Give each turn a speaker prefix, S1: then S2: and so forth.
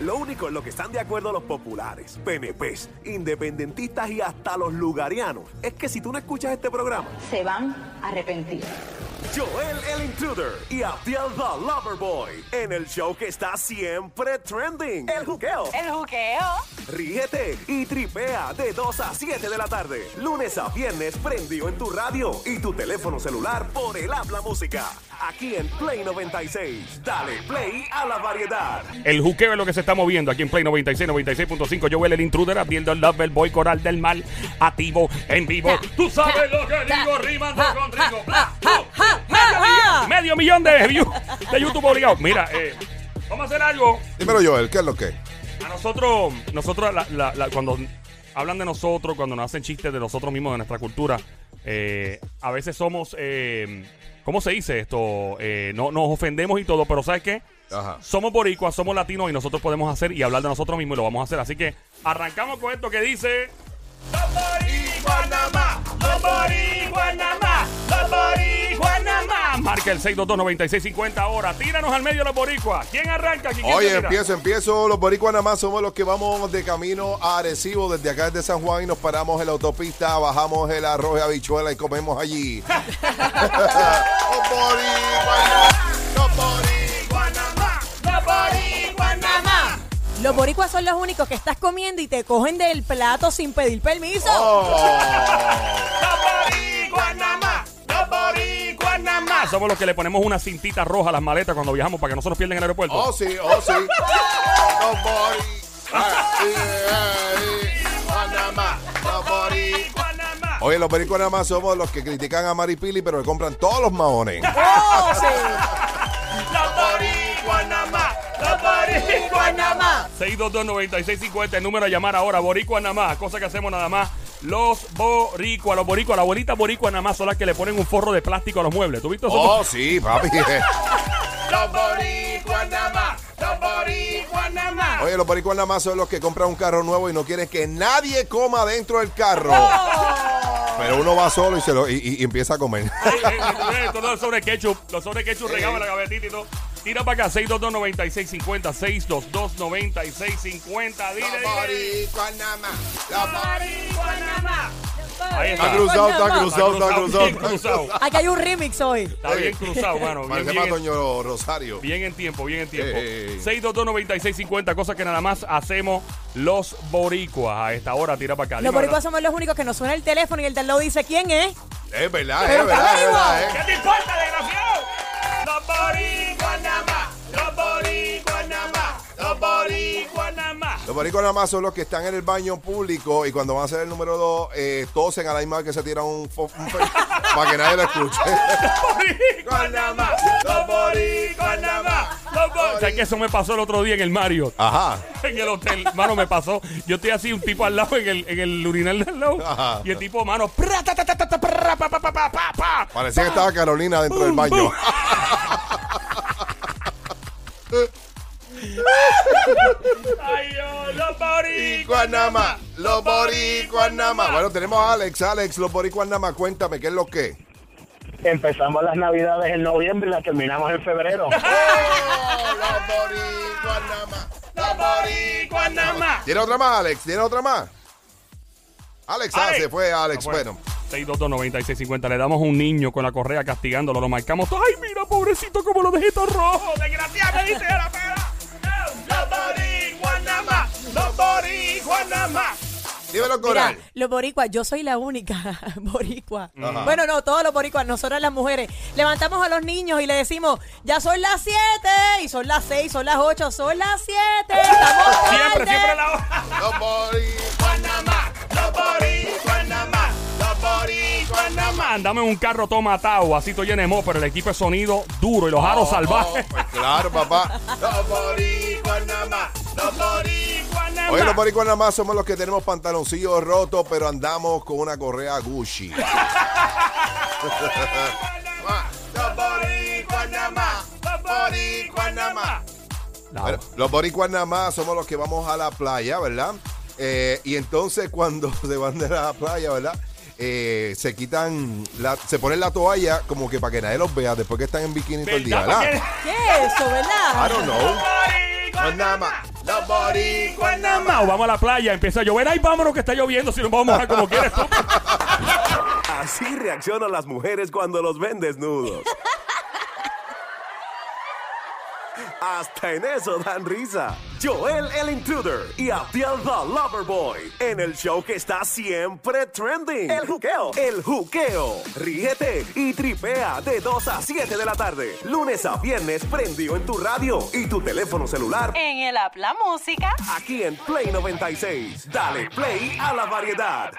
S1: Lo único en lo que están de acuerdo los populares, PNPs, independentistas y hasta los lugarianos es que si tú no escuchas este programa,
S2: se van a arrepentir.
S1: Joel el Intruder y Abdiel the Loverboy en el show que está siempre trending, El Juqueo.
S3: El juqueo.
S1: Ríete y tripea de 2 a 7 de la tarde, lunes a viernes prendido en tu radio y tu teléfono celular por el habla música. Aquí en Play 96, dale play a la variedad.
S4: El juqueo es lo que se está moviendo aquí en Play 96, 96.5. Joel el intruder, Abdiel del Love, el boy coral del mal, activo, en vivo. Tú sabes lo que digo, rimando con Rigo. Bla, bla, bla. Medio millón de views de YouTube obligado. Mira, eh, vamos a hacer algo.
S5: Dímelo, Joel, ¿qué es lo que? es?
S4: A nosotros, nosotros la- la- la- cuando hablan de nosotros, cuando nos hacen chistes de nosotros mismos, de nuestra cultura, eh, a veces somos, eh, ¿cómo se dice esto? Eh, no, nos ofendemos y todo, pero ¿sabes qué?
S5: Ajá.
S4: Somos boricuas, somos latinos y nosotros podemos hacer y hablar de nosotros mismos y lo vamos a hacer. Así que arrancamos con esto que dice... Los boricuas nada más, los boricuas nada más, los boricuas nada más. Marca el 622-9650 ahora. Tíranos al medio los boricuas. ¿Quién arranca? ¿Quién quién
S5: Oye,
S4: te tira?
S5: empiezo, empiezo. Los boricuas nada más somos los que vamos de camino a Arecibo desde acá desde San Juan y nos paramos en la autopista, bajamos el arroz y habichuela y comemos allí. Los boricuas, los boricuas nada más, los boricuas nada más.
S6: Los boricuas son los únicos que estás comiendo y te cogen del plato sin pedir permiso.
S4: Oh.
S5: Oh.
S4: Ah, Somos los que le ponemos una cintita roja a las maletas cuando viajamos para que no se nos pierdan en el aeropuerto.
S5: Oh, sí, oh, sí. Los boricuas nada más, los boricuas. Oye, los boricuas nada más somos los que critican a Maripili, pero le compran todos los maones.
S6: ¡Oh, sí!
S4: 622-9650, el número a llamar ahora. Boricua nada más, cosa que hacemos nada más. Los boricua, los boricua, las bonitas boricua nada más son las que le ponen un forro de plástico a los muebles. ¿Tú viste eso?
S5: Oh, sí, papi. Oye, los boricuas nada más son los que compran un carro nuevo y no quieren que nadie coma dentro del carro. Pero uno va solo y, se lo, y, y- y empieza a comer.
S4: Eh, eh, eh, Todo el sobre ketchup, los sobre ketchup regaban la gavetita y todo. Tira para acá, 622-9650, 622-9650. Dile, dile. Ahí
S5: Está
S4: está.
S5: cruzado, está cruzado, está cruzado.
S4: bien cruzado.
S6: Aquí hay un remix hoy.
S4: Está bien cruzado, mano. Bien,
S5: Parece
S4: bien,
S5: más Doño Rosario.
S4: bien en tiempo, bien en tiempo.
S5: Eh, eh, eh.
S4: 622-9650, cosas que nada más hacemos los boricuas. A esta hora tira para acá.
S6: Los
S4: Dime,
S6: boricuas somos los únicos que nos suena el teléfono y el del lado dice quién es.
S5: Es verdad,
S6: Pero
S5: es verdad, es
S6: está vivo.
S5: verdad. eh.
S4: ¿Qué te importa, desgraciado? Los boricuas nada más. Los boricuas nada más. Los boricuas nada más.
S5: Los boricuas nada más son los que están en el baño público y cuando van a hacer el número 2, tosen a la misma vez que se tira un, fo- un fe- para que nadie lo escuche.
S4: Boricuas nada más. Los boricuas nada más. Los boricuas. ¿Sabes que eso me pasó el otro día en el Mario?
S5: Ajá.
S4: en el hotel. Mano, me pasó. Yo estoy así, un tipo al lado, en el, en el urinal del lado.
S5: Ajá.
S4: Y el tipo, mano, pra, ta, ta, ta, ta, ta, pra, pa, pa, pa, pa, pa, pa.
S5: Parecía que estaba Carolina dentro del baño.
S4: Ay, oh, los boricuas.
S5: boricuas nada más, los boricuas nada más. Bueno, tenemos a Alex, Alex, los boricuas nada más. Cuéntame, ¿qué es lo que?
S7: Empezamos las navidades en noviembre y las terminamos en febrero.
S5: ¡Eh! los boricuas nada más, los boricuas nada más. ¿Tiene otra más, Alex? ¿Tiene otra más? Alex, ah,
S4: Alex.
S5: se fue Alex.
S4: Ah,
S5: Bueno,
S4: 622-9650. Le damos a un niño con la correa castigándolo, lo marcamos. todo. Ay, mira, pobrecito, como lo dejé todo rojo. Desgraciado, me dice la pera. Los boricuas nada más. Los boricuas nada más.
S5: dímelo,
S6: Mira,
S5: Coral.
S6: los boricuas, yo soy la única boricua.
S5: Ajá.
S6: Bueno, no, todos los boricuas, nosotras las mujeres. Levantamos a los niños y le decimos, ya son las 7, y son las 6, son las 8, son las 7. Estamos
S4: Siempre,
S6: tarde.
S4: siempre la hora.
S5: Los boricuas nada más, los boricuas nada más, los boricuas nada más.
S4: Mándame un carro todo matado, así todo lleno de moho, pero el equipo es sonido duro y los aros salvajes.
S5: Oh, pues claro, papá. Los boricuas nada más, los boricuas nada más. Oye, los boricuas nada más somos los que tenemos pantaloncillos rotos, pero andamos con una correa Gucci. los boricuas nada más, los boricuas nada más.
S4: La-
S5: Bueno, los boricuas nada más somos los que vamos a la playa, ¿verdad? Eh, y entonces cuando se van de la playa, ¿verdad? Eh, se quitan, la- se ponen la toalla como que para que nadie los vea después que están en bikini todo el día,
S4: ¿Verdad?
S5: ¿verdad?
S6: ¿Qué es eso, verdad?
S5: I don't know. Los nada más, Los boricuas nada más.
S4: Guanamao, vamos a la playa, empieza a llover. Ay, vámonos que está lloviendo, si nos vamos a mojar como quieres.
S1: Así reaccionan las mujeres cuando los ven desnudos. Hasta en eso dan risa. Joel el Intruder y Abdiel the Loverboy en el show que está siempre trending. El juqueo. El juqueo. Ríete y tripea de 2 a 7 de la tarde. Lunes a viernes prendido en tu radio y tu teléfono celular.
S3: En el app La Música.
S1: Aquí en Play 96. Dale play a la variedad.